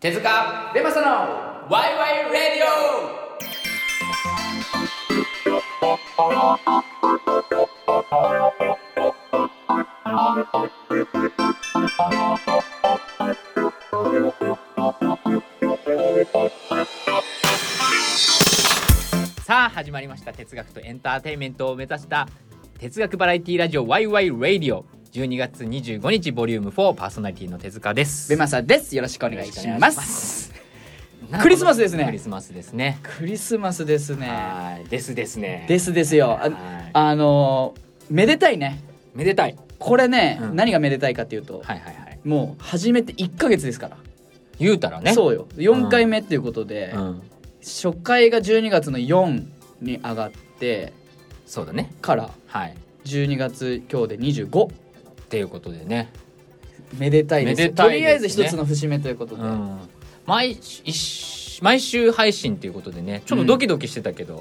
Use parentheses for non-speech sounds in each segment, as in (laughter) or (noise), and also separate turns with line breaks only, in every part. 手塚レマサのワイワイレディオさあ始まりました哲学とエンターテインメントを目指した哲学バラエティラジオワイワイレディオ12月25日ボリューム4パーソナリティの手塚です
ベマサです。よろしくお願いし
よろしくお願
ま。
いします
クリスマスですね
クリスマスですね
クリスマスですね。
はいですですね
ですですよ。
はい
ああのーめでたいね。
めでたい
これね、
うん
何がめでたいかっていうと、
はいはいはい
もう始めて1ヶ月ですから。
言うたらね、
そううよ。4回目っていうことで、
ん、
初回が12月の4に上がって
そうだね
から
はいっ
12月今日で25。
ていうことでね、
めでたいですよ
めでたいですね
とりあえず一つの節目ということで、うん
ん、毎週一週毎週配信っていうことでねちょっとドキドキしてたけど、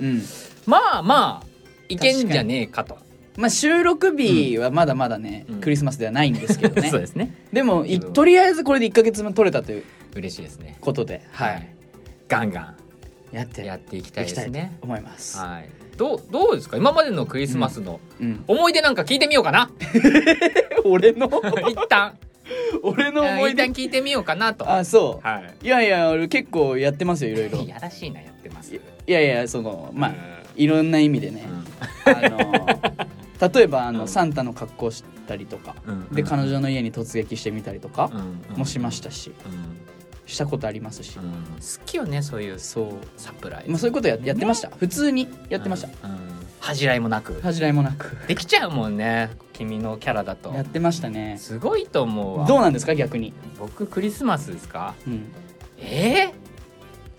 まあまあいけんじゃねえかと
まあ、収録日はまだまだね、
うん
クリスマスではないんですけど
(laughs)
ね
そうですね
でもい
けど
とりあえずこれで1か月分取れたという
嬉しいですね
ことで、はい、
ガンガ
やっ
ン
て
やっていきたいです
と
ね
思います、
はいどうどうですか今までのクリスマスの
うん、
思い出なんか聞いてみようか
(laughs)
な、
俺の
一旦
俺の思い
一
出
旦聞いてみようかなと
(laughs) あそう、
はい
い、やいや俺結構やってますよいろいろ
いやらしいなやってます
いいやいやそのまあ
うん
いろんな意味でね、あの例えばあの、
うん
サンタの格好したりとか、
うん、
で彼女の家に突撃してみたりとかもしましたたし、
うん
したことありますし、
うん好きよねそういう
そう、
サプライズ、
まあ、そういうことややってました、普通にやってました、
うん、うん恥じらいもなく
恥じらいもなく
できちゃうもんね君のキャラだと
やってましたね
すごいと思うわ
どうなんですか逆に、
僕クリスマスですか
うん、
えー、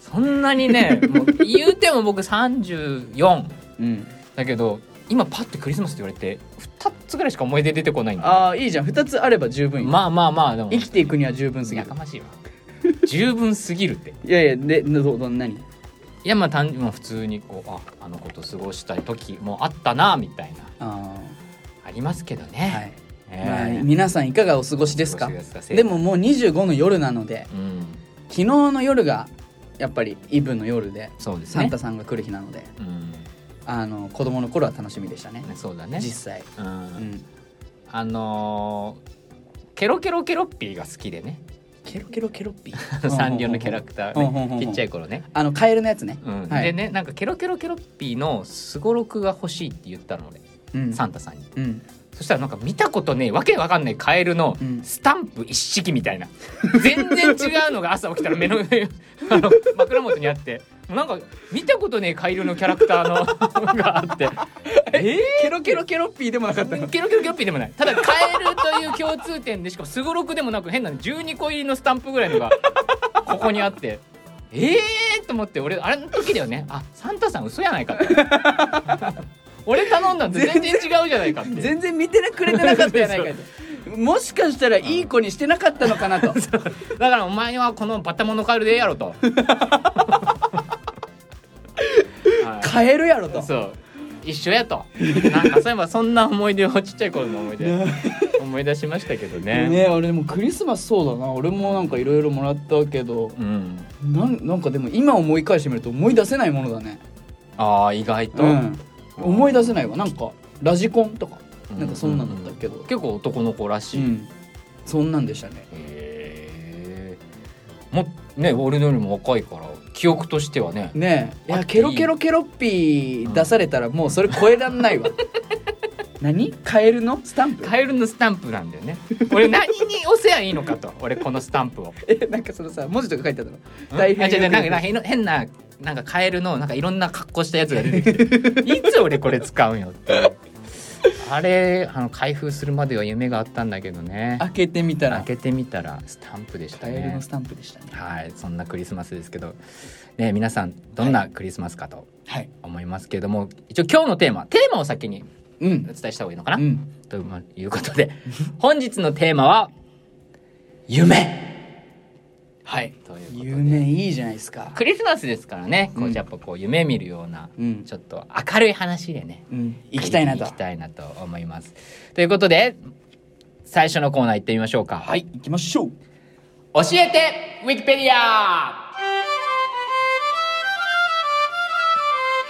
そんなにねもう言うても僕34
うん、
だけど今パッてクリスマスって言われて2つぐらいしか思い出出てこないんだ
ああいいじゃん2つあれば十分よ、
まあまあまあでも
生きていくには十分すぎ
や
る
かましいわ十分すぎるって
いやいやでどど何
いやまあ単純まあ普通にこうああの子と過ごしたい時もあったなみたいな
あ
ありますけど
あは
ね、
い、
え
まあ、
ー
皆さんいかがお過ごしです
お
か
過ごしですか
でももう25の夜なので
うん
昨日の夜がやっぱりイブの夜で
そうです
サン
ね
タさんが来る日なので、
うん
あの子供の頃は楽しみでしたね
ねそうだね
実際、
う
うんん、
あのーケロケロケロッピーが好きでね
ケロケロケロッピ (laughs) ー
サンリオのキャラクタ
ほんほんほ
ー
んほん
ねちっちゃい頃ね
あのカエルのやつね、
うん
はい
でねなんかケロケロケロッピーのすごろくが欲しいって言ったの俺
うん、
サンタさんに
うん
そしたらなんか見たことねえわけわかんないカエルの
うん
スタンプ一式みたいな、全然違うのが朝起きたら目の上あの枕元にあってもうなんか見たことねえカエルのキャラクターのがあ
(laughs)
ってえ
ケロケロケロッピーでもなかったの
ー、ケロケロケロッピーでもないただカエルという共通点でしかもすごろくでもなく変な12個入りのスタンプぐらいのがここにあってええー、と思って俺あれの時だよねあサンタさん嘘やないかって俺頼んだのと全然違うじゃないかって
全然見てなくれてなかったじゃないかと (laughs) もしかしたらいい子にしてなかったのかな (laughs) と
だからお前はこのバタモノカエルでええやろと。は
変えるやろと
い、そう一緒やと。なんかそういえばそんな思い出をちっちゃい頃の思い
(laughs)
出思い出しましたけどね。
ね俺でもクリスマスそうだな俺もなんかいろいろもらったけど
うん。
なんなんかでも今思い返してみると思い出せないものだね
ああ意外と、
うん思い出せないわなんかラジコンとかなんかそんなのだったけど
結構男の子らし
う
い。へ
んそんなんでしたね
え。もね俺のよりも若いから記憶としてはね。
ねえい
あ
やケロケロケロッピー出されたらもうそれ超えらんないわ (laughs) 何カエルのスタンプ
カエルのスタンプなんだよね。俺何に押せやいいのかと。俺このスタンプを。
え (laughs) なんかそのさ文字とか書いてあったの
大
大
変
変
あ違う違うなんかなん
い
か変な変ななんかカエルのなんかいろんな格好したやつが出てきて (laughs) いつ俺これ使うんよってあれあの開封するまでは夢があったんだけどね
開けてみたら
開けてみたらスタンプでした
カエル
ね
のスタンプでしたね
はいそんなクリスマスですけどね皆さんどんなクリスマスかと
はい
思いますけれども、一応今日のテーマテーマを先に
う
お
ん
伝えした方がいいのかな、
うん
ということで本日のテーマは夢
はい
ということで
夢いいじゃないですか
クリスマスですからね、こ
う
うんやっぱこう夢見るような、
うん
ちょっと明るい話でね
うん行きたいなと
行きたいなと思いますということで最初のコーナー行ってみましょうか
はい行きましょう
教教えてウィキペディア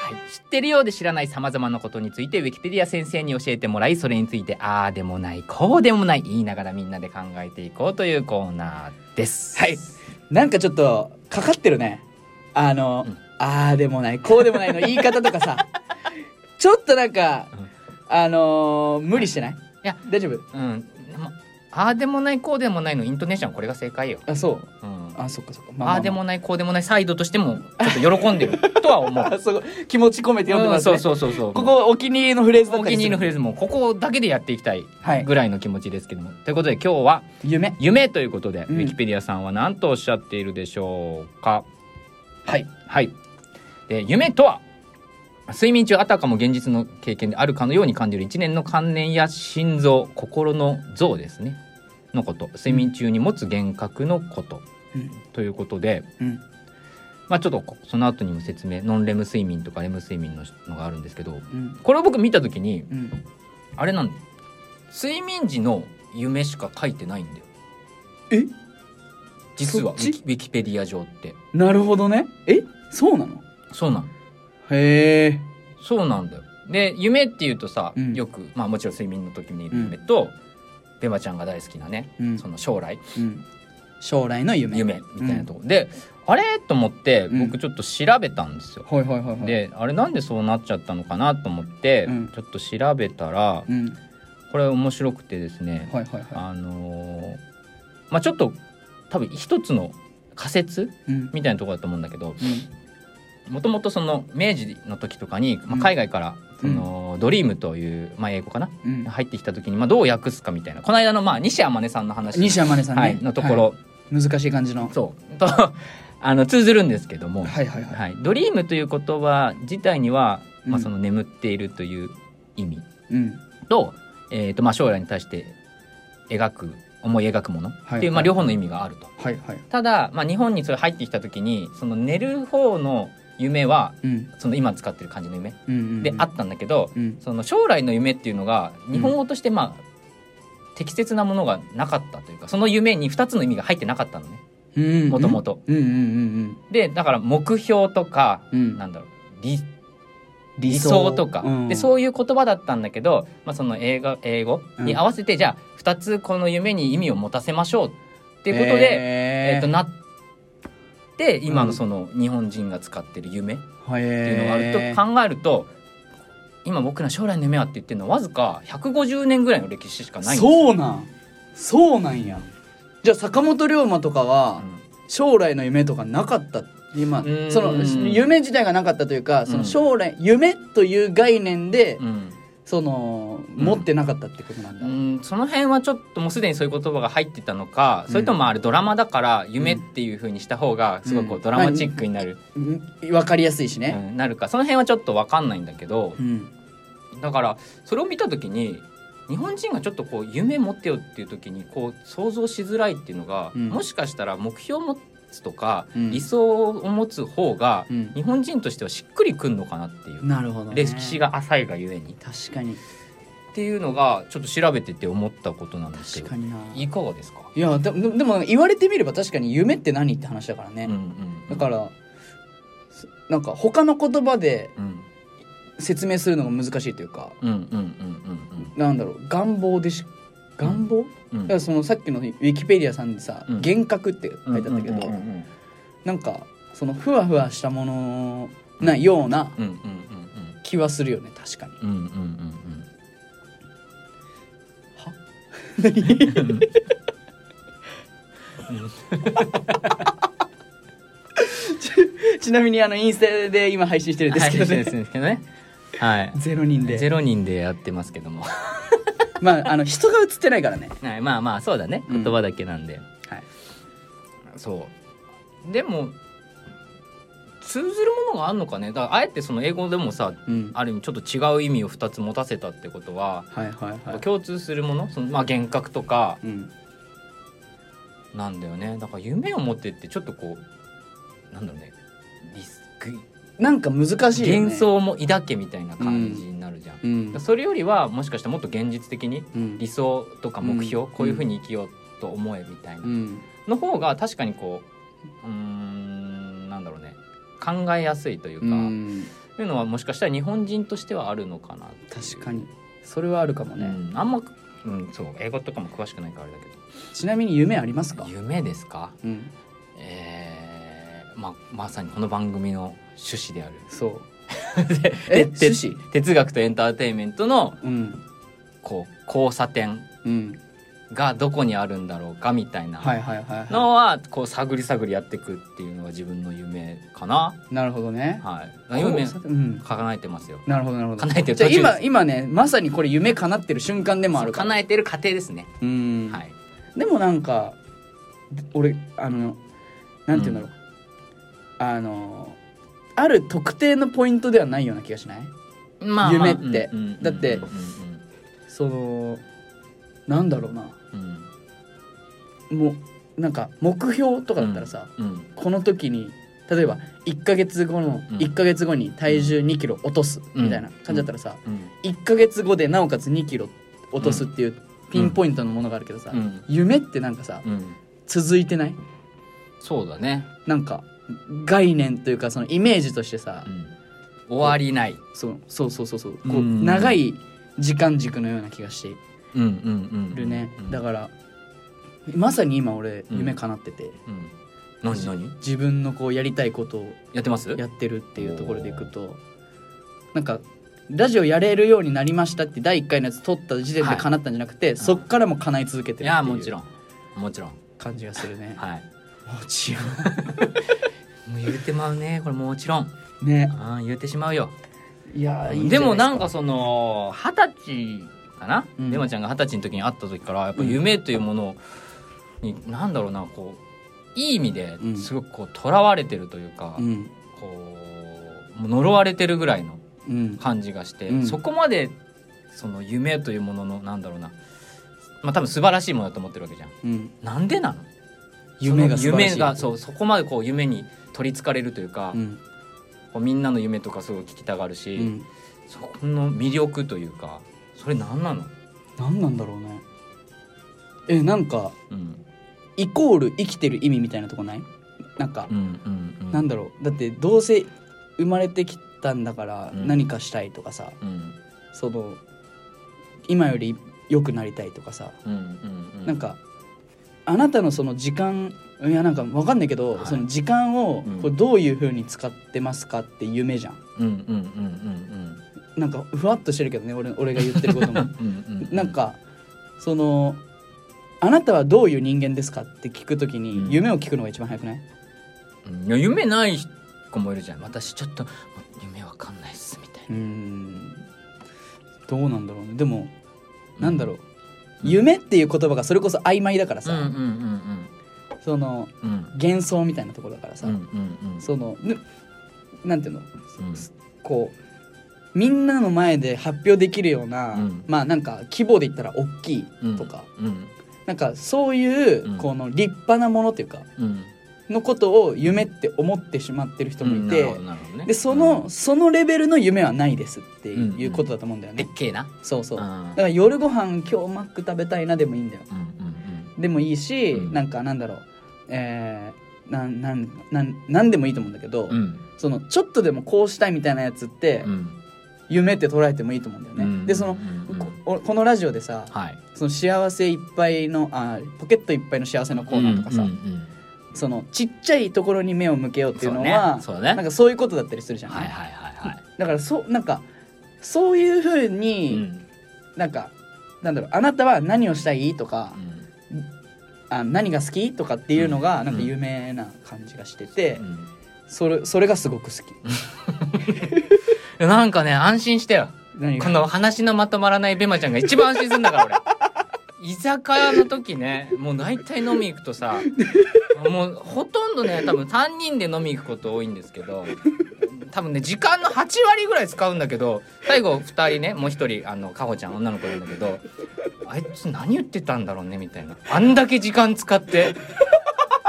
はい知ってるようで知らないさまざまなことについてウィキペディア先生に教えてもらいそれについてああでもないこうでもない言いながらみんなで考えていこうというコーナーです。
はいなんかちょっとかかってるねあの、
うん
ああでもないこうでもないの言い方とかさ
(laughs)
ちょっとなんか
うん
あのー無理してない
や
大丈夫
うん、まああでもないこうでもないのイントネーションこれが正解よ。
あそ
う
う
ん、あ
あそっかそっか、ままま
あでもないこうでもないサイドとしてもちょっと喜んでる (laughs) とは思う。
あ (laughs) そこ気持ち込め (laughs) て読んで
う
ま
ん
す、ね
そうそうそうそう。
ここお気に入りのフレーズだっ
お
た
気に入
りす
り
る
のフレーズもここだけでやっていきたい
はい
ぐらいの気持ちですけども。ということで今日は
夢
夢ということで、
う
ウ
ん
ィキペディアさんは何とおっしゃっているでしょうか
はい
はいで夢とは睡眠中あたかも現実の経験であるかのように感じる一年の観念や心臓心の像ですねのこと睡眠中に持つ幻覚のこと
うん
ということで
うん
まあちょっとこその後にも説明ノンレム睡眠とかレム睡眠ののがあるんですけど
うん
これを僕見た時に
うん
あれなんだよ睡眠時の夢しか書いてないんだよ
え
実はウ
そっち
ィキウィキペディア上って
なるほどねえそうなの
そうなん
へえ
そうなんだよで夢っていうとさ、
うん
よくまあもちろん睡眠の時にいる夢と、ベマちゃんが大好きなね、
うん
その将来
うん将来の夢
夢みたいなとこ、であれと思って
うん
僕ちょっと調べたんですよ、
はいはいはいはい
であれなんでそうなっちゃったのかなと思って、
うん
ちょっと調べたら
うん
これ面白くてですね、
はいはいは
あのーまあちょっと多分一つの仮説
いうん
みたいなところだと思うんだけど
う
もともとその明治の時とかに、ま
う
あ、
ん
海外からその、ドリームという、まあ、英語かなん
うん
入ってきた時に、まあ、どう訳すかみたいなこの間のまあ西天音さんの話
西山根さんね、
はい、のところ、
はい難しい感じの
そうと (laughs) あの通ずるんですけども、
はいはいはい
はい、ドリームという言葉自体には、ま
う
あ、
ん
その眠っているという意味
うん
と,、えーとまあ、将来に対して描く思い描くものっていう、
はいはい
まあ、両方の意味があると。
はいはい
ただ、まあ、日本にそれ入ってきた時にその寝る方の夢は
うん
その今使ってる感じの夢
うんうん
であったんだけど、
うん
その将来の夢っていうのが日本語としてまあ、適切なものがなかったというかその夢に2つの意味が入ってなかったのね
うん
もともと。
うんうんうん
でだから目標とか、
うんうん
なんだろう理理想とか、で
う
そういう言葉だったんだけど、まあ、その英語英語に合わせて、じゃあ2つこの夢に意味を持たせましょうって
て
いうことで。え
え
ー、となって今のその日本人が使ってる夢って
はい
いうのがあると考えると今僕ら将来の夢はって言ってるのはわずか150年ぐらいの歴史しかないんですよ
そうなんそうなんやじゃあ坂本龍馬とかは将来の夢とかなかった今
うん
その夢自体がなかったというかそうの
ん
将来夢という概念で
うん
その
うん
持ってなかったってことなん
う
だ
んうんその辺はちょっともうすでにそういう言葉が入ってたのかそれともまああれドラマだから夢っていうふうにした方がすごくこ
う
うんドラマチックになる、
うんわかりやすいしね
うんなるかその辺はちょっと分かんないんだけど
うん
だからそれを見た時に日本人がちょっとこう夢持ってよっていう時にこう想像しづらいっていうのが、
うん
もしかしたら目標を持つとか、
うん
理想を持つ方が
うん
日本人としてはしっくりくんのかなっていう、
なるほどね
歴史が浅いがゆえにっ
確かに
ていうのがちょっと調べてて思ったことなんですけ
確
ど
かにない
かがですか、
いやでもでも言われてみれば確かに夢って何って話だからね、
うんうん
だからすなんか他の言葉で
うん
説明するのが難しいというか
うんうんうん
なんだろう願望でし願望、
うんうんうん
だからそのさっきのウィキペディアさんでさ「
うん
幻覚」って書いてあったけど、
うんうんうん
なんかそのふわふわしたものなような
うんうん
気はするよね確かに。
うんうんうんうんうん
は (laughs) ちなみにあのインスタで今配信してるんですけど
はい
ね、 (laughs)
ですですけどねはい
0人で
ゼロ人でやってますけども
まああの人が映ってないからね
はいまあまあそうだね
うん
言葉だけなんで、
はい
そうでも通ずるものがあるのかねだからあえてその英語でもさ
うん
ある意味ちょっと違う意味を2つ持たせたってことは、
はいはいはい
共通するものその、まあ、幻覚とか
うん
なんだよねだから夢を持ってってちょっとこうなんだろうねリスク、
なんか難しいよね
幻想も抱けみたいな感じになるじゃん、だか
うん
らそれよりはもしかしたらもっと現実的に
うん
理想とか目標、
うん
こういうふうに生きようと思えみたいな
うん
の方が確かにこううーんなんだろうね考えやすいというか、
う
っ
ん
ていうのはもしかしたら日本人としてはあるのかなね、
確かにそれはあるかもね、
うんあんま、うん、そう英語とかも詳しくないからあれだけ
ちなみに夢ありますか
ど、夢ですか
うん、
えーままさにこの番組の趣旨である
(laughs) そうえ
て
寿司
哲学とエンターテインメントの
うん
こう交差点
うん
がどこにあるんだろうかみたいな
はいはいはい、は
のはこう探り探りやっていくっていうのが自分の夢かな。
い、なるほどね
はい、夢
交差点うん
叶えてますよ。
なるほどなるほど
叶えてる
じゃあ
途中です
今今ねまさにこれ夢叶ってる瞬間でもあるから
叶えてる過程ですね。
うん、
はい。
でもなんか俺あのなんて言うんだろう、あのある特定のポイントではないような気がしない
ま
夢って
うんうんうん
だって
うん
そのなんだろうな
うん
もうなんか目標とかだったらさ、
うん
この時に例えば1ヶ月後の
うん
1ヶ月後に体重2キロ落とすみたいな感じだったらさ、
うん
1ヶ月後でなおかつ2キロ落とすっていうピンポイントのものがあるけどさ、
うん
夢ってなんかさ
うん。
続いてない
そうだね。
なんか概念というかそのイメージとしてさ、
うん終わりない。
そうそうそうそうそうこ
う
うん長い時間軸のような気がしてい
うんうんうん。
るね、だ
ら。
からまさに今俺
うん
夢叶ってて、
うん何何
自分のこうやりたいことを
やってます？
やってるっていうところでいくとなんかラジオやれるようになりましたって第1回のやつ撮った時点
は
で
い
叶ったんじゃなくて、そっからも叶い続
い
けてるって
やもち
い
ろ
うん
もちろん
感じがするね。
はい。
もちろ
もう言うてまうねこれもちろん。
んね
あ言うてしまうよ。
いやーいいじ
で
ゃい
も
す
なんかその二十歳かな、
うん
レマちゃんが二十歳の時に会った時からやっぱ夢というものに、なんだろうなこういい意味で
うん
すごくこうとらわれてるというか、
うん
こうもう呪われてるぐらいの
うん
感じがして、
うん
そこまでその夢というもののなんだろうなまあ多分素晴らしいものだと思ってるわけじゃん。
うん
なんでなの
夢が素晴らしい
その夢がそうそこまでこう夢に取りつかれるというか、
うん
こうみんなの夢とかすごい聞きたがるし。
うん
そこの魅力というかそれ何なの、
何なんだろうねえなんか
うん、
イコール生きてる意味みたいなとこないなんか
う、んうんうん
なんだろうだってどうせ生まれてきたんだから
うん
何かしたいとかさ、
うん
その今より良くなりたいとかさ、
うんうんうん
なんかあなたのその時間いやなんかわかんないけど、
はい
その時間を
うん
こうどういう風に使ってますかって夢じゃん、
うんうんうんうん
なんかふわっとしてるけどね俺俺が言ってること
(laughs)
も
うんうんうん
なんかそのあなたはどういう人間ですかって聞くとき
うん
に夢を聞くのが一番早くない、
うんいや夢ない子もいるじゃん私ちょっともう夢わかんないっすみたいうな、
ーんどうなんだろうねでも、なんだろう、
うん
夢っていう言葉がそれこそ曖昧だから
う
さ、
んうんうん
その
うんうん
幻想みたいなところだからさ、
うんうんうん
そのぬなんていうの
うん
こうみんなの前で発表できるような、
うん
まあなんか規模で言ったら大き
うん
いとか、
うん
なんかそういう、
うん
この立派なものっていうか
うん
のことを夢って思ってしまってる人もいて、
うんなるほどなるほどね
でその、そのレベルの夢はないですっていうことだと思うんだよ
うんで
ね
っ、けえな
そうそう
う
だか
ん
ら夜ご飯今日マック食べたいなでもいいんだよ
うんうん
でもいいし、
うん
なんかなんだろうえー、なんなんなんなんでもいいと思うんだけど、
うんうん
そのちょっとでもこうしたいみたいなやつって、
うん
夢って捉えてもいいと思うんだよね、
うん
でその、
うんうん
こおこのラジオでさ
はい
その幸せいっぱいのあポケットいっぱいの幸せのコーナーとかさ、
うんうんうん
そのちっちゃいところに目を向けようっていうのは
そうねそうね
なんかそういうことだったりするじゃん、
はいはいはいはい
だからそうなんかそういうふう
う
に、
ん
なんかなんだろうあなたは何をしたいとか、あ何が好きとかっていうのが、
うん
なんか有名な感じがしてて、
うん
それそれがすごく好き。
いやなんかね安心してよ
何が
この話のまとまらないベマちゃんが一番安心するんだから俺
(laughs)
居酒屋の時ねもう大体飲み行くとさもうほとんどね多分3人で飲み行くこと多いんですけど多分ね時間の8割ぐらい使うんだけど最後2人ねもう1人あのかほちゃん女の子いるんだけどあいつ何言ってたんだろうねみたいなあんだけ時間使って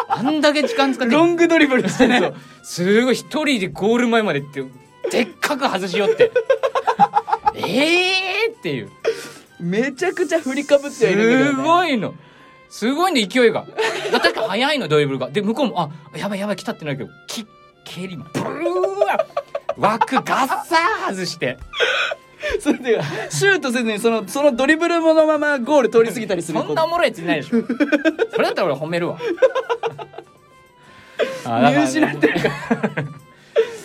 あんだけ時間使って
ロングドリブルしてね
そうすごい一人でゴール前まで行ってでっかく外しよってえ
(laughs)
えーっていう
めちゃくちゃ振りかぶってはいるんだけど、
す
ね、
ごいのすごいね勢いがだ確か速いのドリブルがで向こうもあやばいやばい来たってなるけどきっけりブルー枠ガッサー外して
それでシュートせずにそのそのドリブルものままゴール通り過ぎたりする
そ
こと
んなおもろいやついないでしょそれだったら俺褒めるわあだから
(laughs) 見失ってるから
(laughs)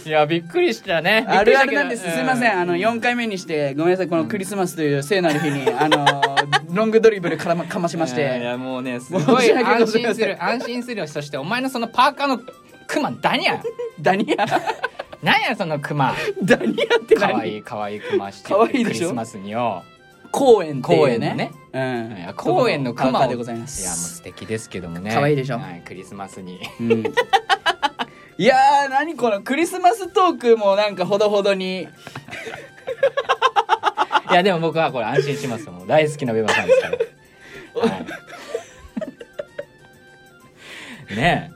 いやびっくりしたね
あるあるなんです、
びっく
す
り
い
した
ま
けど
せんあの
う
4回目にしてごめんなさいこのクリスマスという聖なる日 (laughs) に、あのロングドリブルからまかましまし
いやい
て
やもうねす
申
ご
し
い
訳ご
安
ざいま
心
せ
す
ん
る安心するよそしてお前のそのパーカーのクマ何や
ダニヤ
何やそのクマ
(laughs) ダニヤって
か
(laughs) 何
わいいかわいいクマして
かわいいでし
クリ
ょ
スマスによ
公園っていうね公
い
園
や公園のク
パーカ
マ
ーでございます
いやもう素敵ですけどもね
かわいいでしょ
はい、クリスマスに (laughs)
うん (laughs) いやー何このクリスマストークもなんかほどほどに
いやでも僕はこれ安心しますよもう大好きなベバさんですから、
(laughs)
はい、ね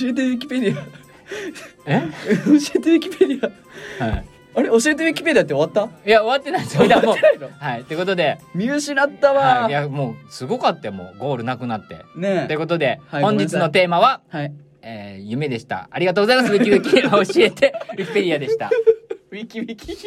教えてウィキペディア
え
(laughs) 教えてウィキペディア
え、はい、
あれ教えてウィキペディアって終わった
いや終わってないですよ
終わってないの
もうはいということで、
見失った
は
わ
い、い
ー
やもうすごかったよもうゴールなくなって
ね (laughs)
とい
え
うことで、
はい
本日のテーマは、
はい
えー夢でしたありがとうございますウキウキ教えて
(laughs)
ウィキペディアでした
ウィキウィキ
ち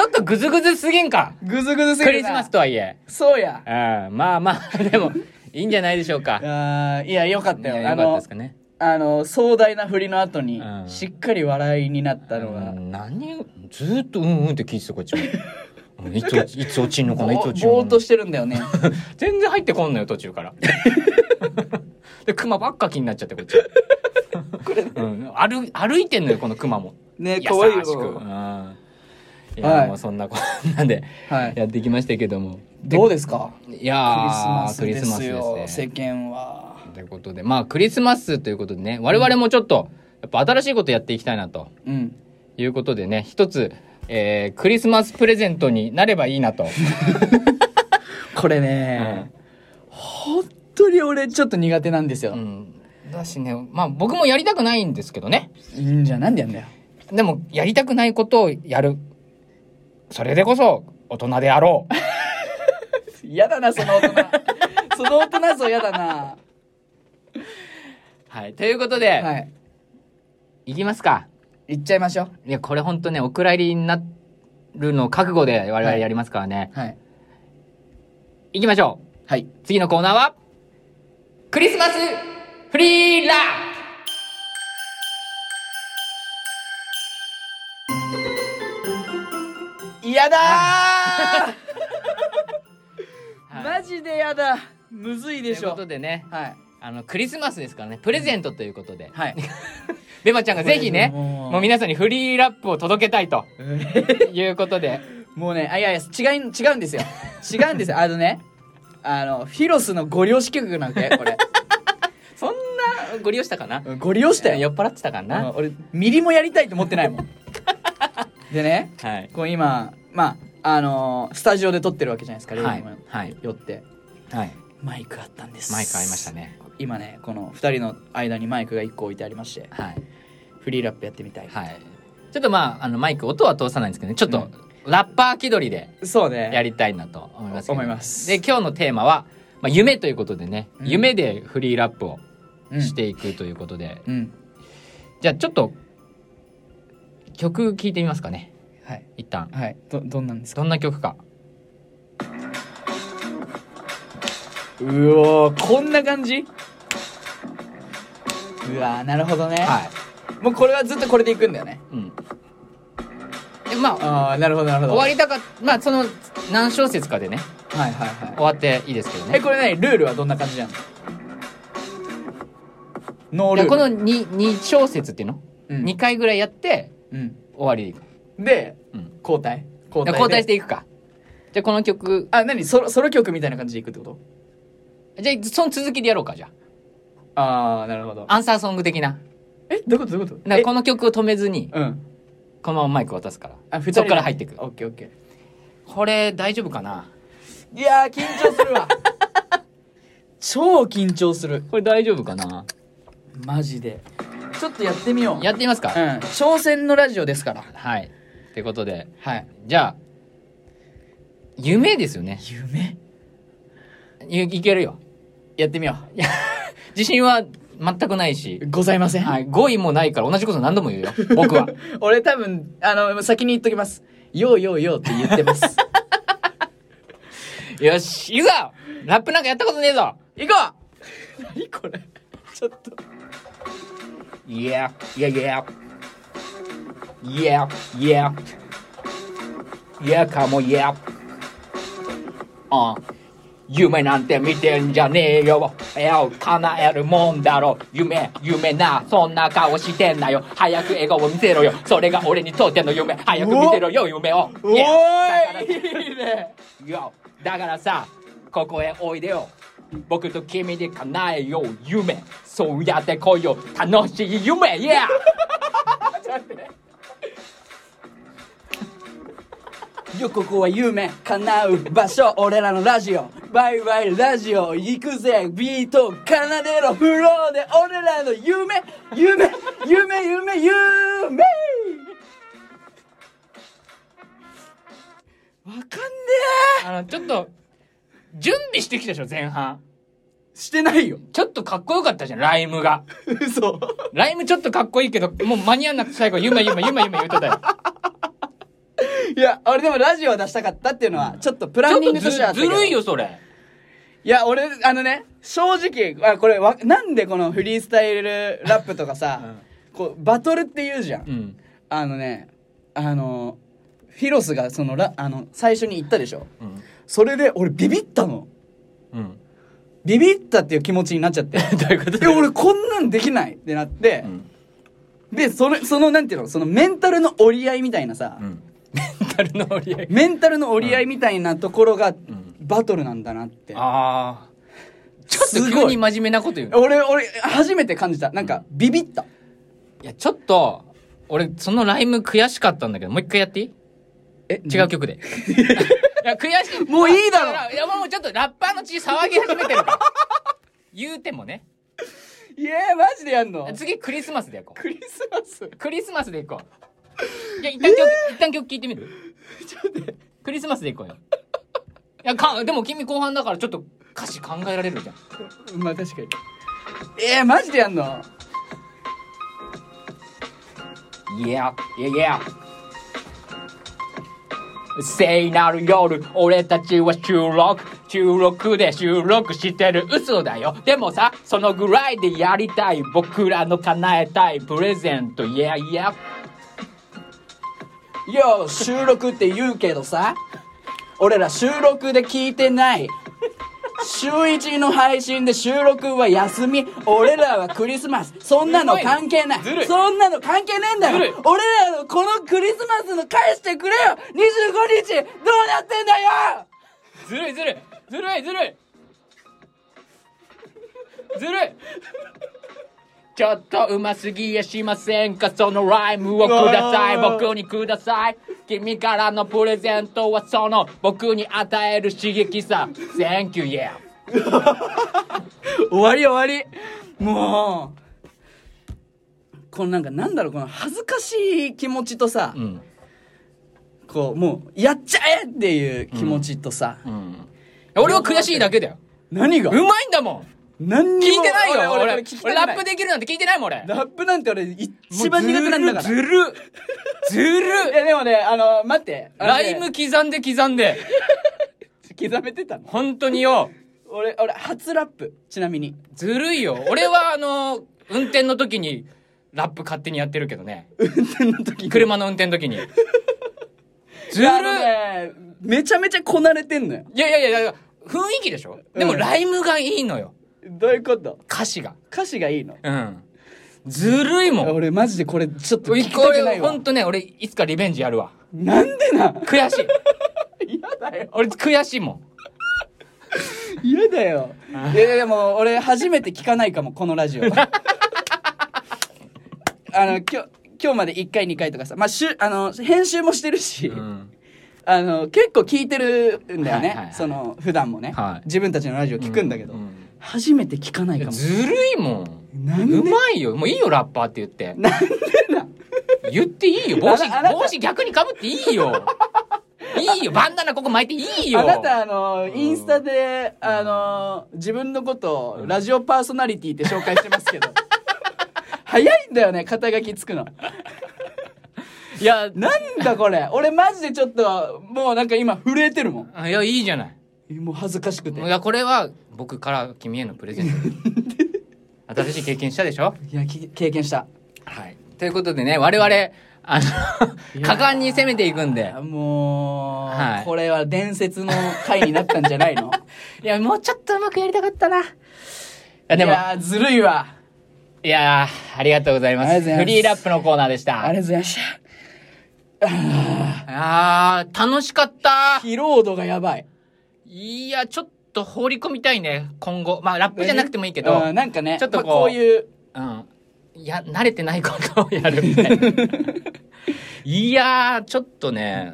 ょっとグズグズすぎんか
グズグズす
ク
ぎる
リ
な
スマスとはいえ
そうや
うんまあまあでもいいんじゃないでしょうか
あーいやよかったよ
いや
あ
よかったで
の
すかね
あの壮大な振りの後に、
うん
しっかり笑いになったのが
う、ん何ずーっとうんうんって聞いてたこっ
(laughs)
ちもうんいつ落ちいつ落ちんのか
ぼ
ないつ
ぼ
落ちんの
ー
か
っ
な
としてるんだよね
(laughs) 全然入ってこんのよ途中から (laughs) でクマばっか気になっちゃってこっちうん、歩歩いてんのよこのクマも
ね
優しく
可愛い
うん
よ
いや、
はい
もうそんなこ (laughs) んなんで
はい
やってきましたけども、
どうですか
いやー
クリスマスですよ
クリスマスですね
世間は
ということでまあクリスマスということでね我々もちょっとやっぱ新しいことやっていきたいなと
うん
いうことでね一つ、えークリスマスプレゼントになればいいな
(laughs)
と、
これね、本当に俺ちょっと苦手なんですよ、
うん、だしねまあ僕もやりたくないんですけどね
うん、じゃあなんでやんだよ
でもやりたくないことをやるそれでこそ大人であろう
嫌だなその大人その大人像嫌だな
(laughs) はいということで、
はい
い、きますか
行っちゃいましょう
いやこれほんとねお蔵入りになるのを覚悟で我々やりますからね、
はい
いきましょう
はい
次のコーナーはクリスマスフリーラ
嫌だ
ー、
ーマジで嫌だむずいでし
(laughs) というこ
ょ
とでね
はい
あのクリスマスですからねプレゼントということで、
はい
(laughs) ベマちゃんがぜひね
もう
もう皆さんにフリーラップを届けたいということで
(laughs) もうねあいやいや違い違うんですよ違うんですよあのねあのフィロスのご了承曲なんで
(laughs)
これ
(laughs) そんなご利用したかな
ご利用したよ
酔っ払ってたか
うん
な、
俺ミリもやりたいと思ってないもんでね
はい
こう今まああのースタジオで撮ってるわけじゃないですか、
はい
両方
はい
寄って
はい
マイクあったんです
マイクありましたね
今ねこの2人の間にマイクが1個置いてありまして
はい
フリーラップやってみたい、
はいちょっとまああのマイク音は通さないんですけどねちょっと、ラッパー気取りで
そうね
やりたいなと思いますけど
思います
で今日のテーマは、まあ、夢ということでね、
うん
夢でフリーラップを
うん
していくということで、
うん
じゃあちょっと曲聴いてみますかね
はい
一旦
はいどどんなんですか
どんな曲か
うおーこんな感じうわーなるほどね、
はい、
もうこれはずっとこれでいくんだよね
うん、でまあ
ああなるほどなるほ
終
ど
わりたかまあその何小節かでね
はいはいはい
終わっていいですけどね
えこれねルールはどんな感じなのノ
い
ール
や
ール
この 2, 2小節っていうの、
うん
2回ぐらいやって
うん
終わりでいく
で、
うん
交代交
交代してていくかじゃあこの曲
あ何ソロソロ曲みたいな感じでいくってこと
じゃあその続きでやろうかじゃ
ああなるほど
あアンサーソング的な
えどういうことどういうこと
だから
え
この曲を止めずに
うん
このままマイク渡すから
あ二人
そっから入っていく
オッケーオッケ
これ大丈夫かな
ーいやー緊張するわ (laughs) 超緊張する
これ大丈夫かな
マジでちょっとやってみよう
やってみますか、
うん挑戦のラジオですから
はいってことで
はい
じゃあ夢ですよね
夢
いいけるよ
やってみよ
いや自信は全くないし
うございません、
はい、語彙もないから同じこと何度も言うよ僕は
(laughs) 俺多分あの先に言っときます「ようようよう」って言ってます
(laughs) よし行くぞラップなんかやったことねえぞ行こう
(laughs) 何これちょっと
Yeah, yeah, yeah. Yeah, yeah. Yeah, かも yeah. あ夢なんて見てんじゃねえよ。絵を叶えるもんだろ。夢、夢な、そんな顔してんなよ。早く笑顔を見せろよ。それが俺にとっての夢。早く見せろよ、夢を。
おーい
Yeah だからね Yo だからさ、ここへおいでよ。僕と君で叶えよう夢そうやって来いよ楽しい夢 Yeah!
よここは夢叶う場所俺らのラジオバイバイラジオ行くぜビート奏でろフローで俺らの夢夢夢夢夢わかんね
(laughs)
え
あのちょっと準備してきたでしょ前半
してないよ
ちょっとかっこよかったじゃんライムが
嘘
ライムちょっとかっこいいけどもう間に合わなくて最後夢夢夢夢言うてたよ
いや俺でもラジオは出したかったっていうのはちょっとプ
ち
ランニ
ょ
ン
っ
グ
と
と
ず
してはあったけ
ず
ど
るいよそれ
いや、俺、あのね、正直、あこれわ、なんでこのフリースタイルラップとかさ、こう、バトルって言うじゃん。
うん
あのね、あの、フィロスがそのラ、あの、最初に言ったでしょ。
うん
それで、俺、ビビったの。
うん
ビビったっていう気持ちになっちゃって。
(laughs) どういうこと
え、俺、こんなんできないってなって、
うん
で、それ、その、なんていうの、そのメンタルの折り合いみたいなさ、
うんメンタルの折り合い
メンタルの折り合いみたいなところが、
ん
バトルなんだなって。
ああちょっと
すご
急
い
に真面目なこと言う
俺、俺、初めて感じた。なんか、ビビった。
いやちょっと俺そのライム悔しかったんだけどもう一回やっていい
え、
違う曲で。 (laughs) いや、悔しい。
もういいだろ
いや、もうちょっとラッパーの血騒ぎ始めてるから。言うてもね。
いやーマジでやんの
次、クリスマスでいこう。
クリスマ
(laughs)
ス
クリスマスでいこう。いや、一旦曲、一旦曲聞いてみるクリスマスでいこうよ。いや、か、でも君後半だからちょっと歌詞考えられるじゃん。
まあ確かにえー、マジでやんの
いや、いやいや。聖なる夜、俺たちは収録、収録で収録してる嘘だよ。でもさ、そのぐらいでやりたい、僕らの叶えたいプレゼント、いやいや。
よう収録って言うけどさ俺ら収録で聞いてない週1の配信で収録は休み俺らはクリスマスそんなの関係ない
ずるい
そんなの関係ねえんだよ
ずるい
俺らのこのクリスマスの返してくれよ25日どうなってんだよ
ずるいずるい、ずるいずるい。ずるい。ちょっとうますぎやしませんかそのライムをください
わあ
僕にください君からのプレゼントはその僕に与える刺激さ Thank you yeah
終わり終わりもうこのなんかなんだろうこの恥ずかしい気持ちとさ、
うん
こうもうやっちゃえっていう気持ちとさ、
うん俺は悔しいだけだよ
何が
うまいんだもん
何に
聞
も
いてないよ俺
俺俺
俺
聞きたくな
ラ
い
ップできるなんて聞いてないもん俺
ラップなんて俺一番苦手なんだから
ずるいずる
い
い
やでもねあの待ってあの
ラ
ね
イム刻んで刻んで
刻めてたの
本当によ
俺俺初ラップちなみに
ずるいよ俺はあの運転の時にラップ勝手にやってるけどね
運転の時に
車の運転の時にず
い
るい
やあのねめちゃめちゃこなれてんのよ
いやいやいやいや雰囲気でしょでも
うん
ライムがいいのよ
どういうこと
歌詞が
歌詞がいいの
うんずるいもん
俺マジでこれちょっと
こ
聞きたくな
れ
いわ
ほんとね俺いつかリベンジやるわ
なん (laughs) でな
悔しい
嫌だよ
俺悔しいもん
(laughs) 嫌だよいやでも俺初めて聞かないかもこのラ (laughs) ジオあの今日今日まで1回2回とかさ、まあ、しゅあの編集もしてるし、
うん
あの結構聞いてるんだよね、
はいはいはい
その普段もね、
はい
自分たちのラジオ聞くんだけど、
う
初めて聞かないかも
ずるいもん
なんで
うまいよもういいよラッパーって言って
なんでな
言っていいよ帽子
あらあら
帽子逆にかぶっていいよいいよバンダナここ巻いていいよ
あなたあのインスタであの自分のことをラジオパーソナリティって紹介してますけど (laughs) 早いんだよね肩書きつくの
いや
なんだこれ俺マジでちょっともうなんか今震えてるも
いやいいじゃない
んもう恥ずかしく
い
てい
やこれは僕から君へのプレゼン (laughs) ト新しい経験したでしょ
やき経験した
はいということでね我々あの果敢に攻めていくんで
あもう、
はい
これは伝説の回になったんじゃないの
(laughs) いやもうちょっとうまくやりたかったないやでも
いやーずるいわ
いやーありがとうございま
あり
す
がとうございま
フ
す
リーラップのコーナーでした
ありがとうございました
あー楽しかった
疲労度がやばい
いやちょっと放り込みたいね今後まあラップじゃなくてもいいけど、
うんなんかね
ちょっとこう
まあこういう
うん。いや、慣れてないことをや
(laughs)
るみたいな。いやー、ちょっとね、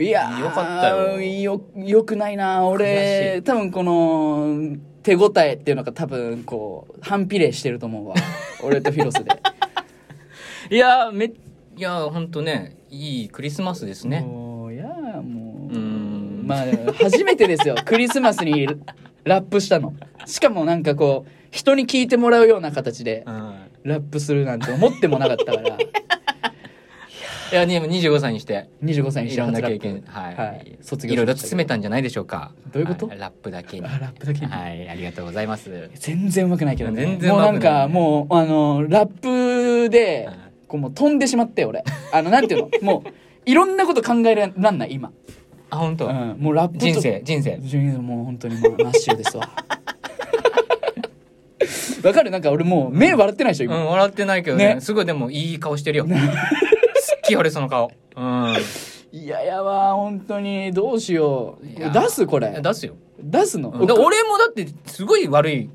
いやー
よかったよ
よよくないな俺多分この手応えっていうのが多分こう反比例してると思うわ俺と広瀬で
いやー、め、いやー、ほんとね、いいクリスマスですね。
もういやーも
う
う
ーん
まあ初め
(laughs)
てですよクリスマスにラップしたのしかもなんかこう人に聞いてもらうような形で
うん。
ラップするなんて思ってもなかったから
いや、でも25歳にして、
25歳に
い
して
ろんな
初ラ
経
ップ
験、はい。
はい卒業
いろいろ
しましたけど
詰めたんじゃないでしょうか。
どういうこと
はラップだけ
(laughs)
に。
あラップだけに
はい、ありがとうござい
(laughs)
ます。
全然うまくないけどね
全然
もう
上
な
手
ん
くない
かもうあのラップで
はい
こうもう飛んでしまって俺あのなんていうのもういろんなこと考えらんない今、
あ、ほんと、
うん、もうラップと
人生、人生。
人生もう本当にもうマッシュですわ (laughs) わかるなんか俺もう目笑ってないでしょ
うん、
今、
笑ってないけどね。
ね
すごいでもいい顔して
(laughs)
るよ。好き俺その顔。うん。
いやいやわ本当にどうしよ
いや
う出すこれ
出すよ。
出すの、
うんだから俺もだってすごい悪い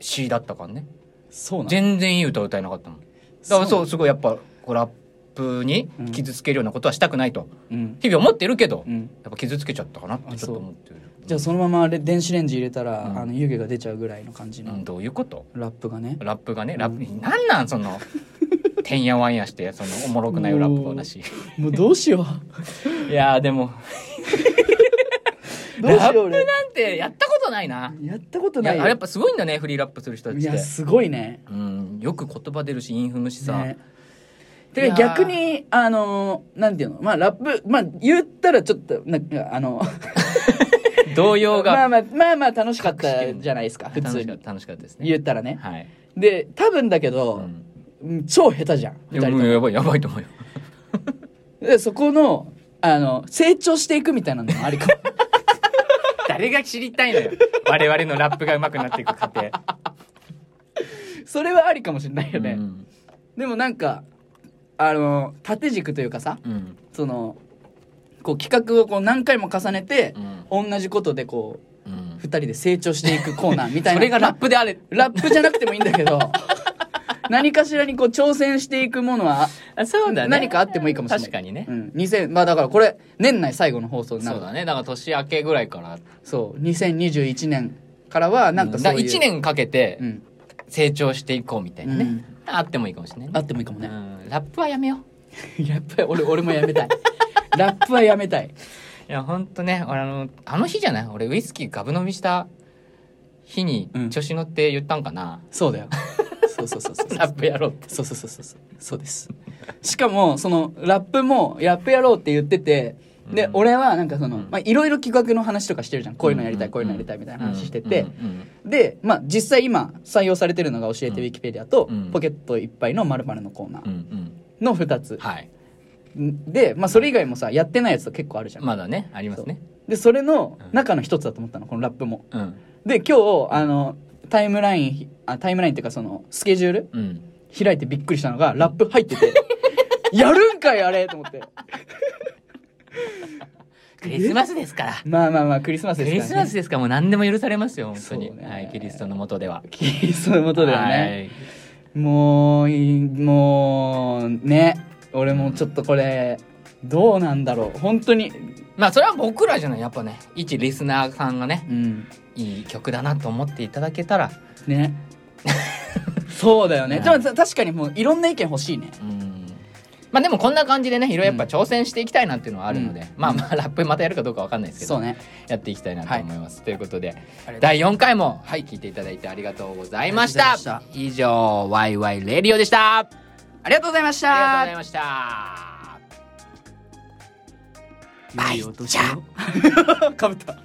C だったからね
そうなの
全然いい歌歌えなかったもんだから
そう
そうすごいやっぱこうラップに傷つけるようなことはしたくないと
うん
日々思ってるけど、
うん
やっぱ傷つけちゃったかなってちょっと思ってる
じゃあそのままレ電子レンジ入れたら、
うん
あの湯気が出ちゃうぐらいの感じの、
うんどういうこと
ラップがね
ラップがねラップ、なんなんそ
(laughs)
のてんやわんやしてそのおもろくないラップをだし
もうどうしよ
いやーでも
うどうし
(laughs) ラッ
よう
プ
俺
なんてやったことないな
やったこと
い
ない
や
よ
あれやっぱすごいんだねフリーラップする人た
い
ちっ
や
て
すごいね
うんよく言葉出るしインフムしさ、
ね
い
て
やー
か逆にあのーなんていうのまあラップまあ言ったらちょっとなんかあの
動揺が
まあまあまあまあ楽しかったじゃないですか普
楽
通
しかっ
に
た楽しかったですね
言ったらね
はい、
で多分だけ
う
ど、
ん
うん超下手じゃん
い
二
や
人と
も
も
うやばいやばいと思うよ
でそこのあの成長していくみたいなのもありかも
(laughs) (laughs) 誰が知りたいのよ我々のラップが上手くなっていく過程
それはありかもしれないよね、
うん
でもなんかあの縦軸というかさ
うん
そのこう企画をこう何回も重ねて
う、ん
同じことでこう
うん
2人で成長していくコーナーみた
(laughs)
い
そ
な
れがラップであれ
まあラップじゃなくてもいいんだけ
(laughs)
ど何かしらにこう挑戦していくものは、
あそうだね
何かあってもいいかもしれない
確かにね
うん、2000まあだからこれ年内最後の放送にな
そ
る
うだねだから年明けぐらいから
そう2021年からはなんかそういう、
1年かけて
うん、
成長していこうみたいなね、
うん
あってもいいかもしれないね
あってもいいかもね、
うんラップはやめよう
(laughs) やっぱり俺俺もやめたいラップはやめたい
いやほんとね俺あのあの日じゃない俺ウイスキーガブ飲みした日に
うん
調子乗って言ったんかな、
そうだよそうそうそうそうそ
(laughs)
う
ラップやろうって
そうそうそうそうそうそうですしかもそのラップもラップやろうって言っててで、
うん
俺はなんかその、
うん
まあ、いろいろ企画の話とかしてるじゃんこういうのやりたい、
ん
こういうのやりたいみたいな話してて、
うんうん
で、まあ、実際今採用されてるのが教えて
うん
ウィキペディアと、
うん
ポケットいっぱいの〇〇のコーナ
うん
ー
うんうん
の2つ、
はい
で、まあ、それ以外もさやってないやつと結構あるじゃん、
まだねありますね
でそれの
うん
中の一つだと思ったのこのラップも
うん
で今日あのタイムラインあタイムラインっていうかそのスケジュール
うん
開いてびっくりしたのがラップ入っ
(laughs)
ててやるんかいあれと思って
クリスマスですから
まあまあまあクリスマス
ク
ですから、ね、
リスマスですからもう何でも許されますよ本当
そう
に
ね
はいキリストのもとでは
キリストのもとだよねもういもうね俺もちょっとこれどうなんだろう本当に
はいまあそれは僕らじゃないやっぱね一リスナーさんがね
うん
いい曲だなと思っていただけたら (laughs)
ねそうだよね
ね
でもた確かにもういろんな意見欲しいね
うんまあでもこんな感じでねいろいろやっぱ挑戦していきたいなんていうのはあるので、
うん
まあまあラップまたやるかどうかわかんないですけど
そうね
やっていきたいなと思います、ということで
とう
第4回も聞いていただいてありがとうございました
ありがとう
以上ワイワイレディオでしたあり
ありがとうございまし
がとうご
た
ざいました
(laughs) 良いお年をかぶった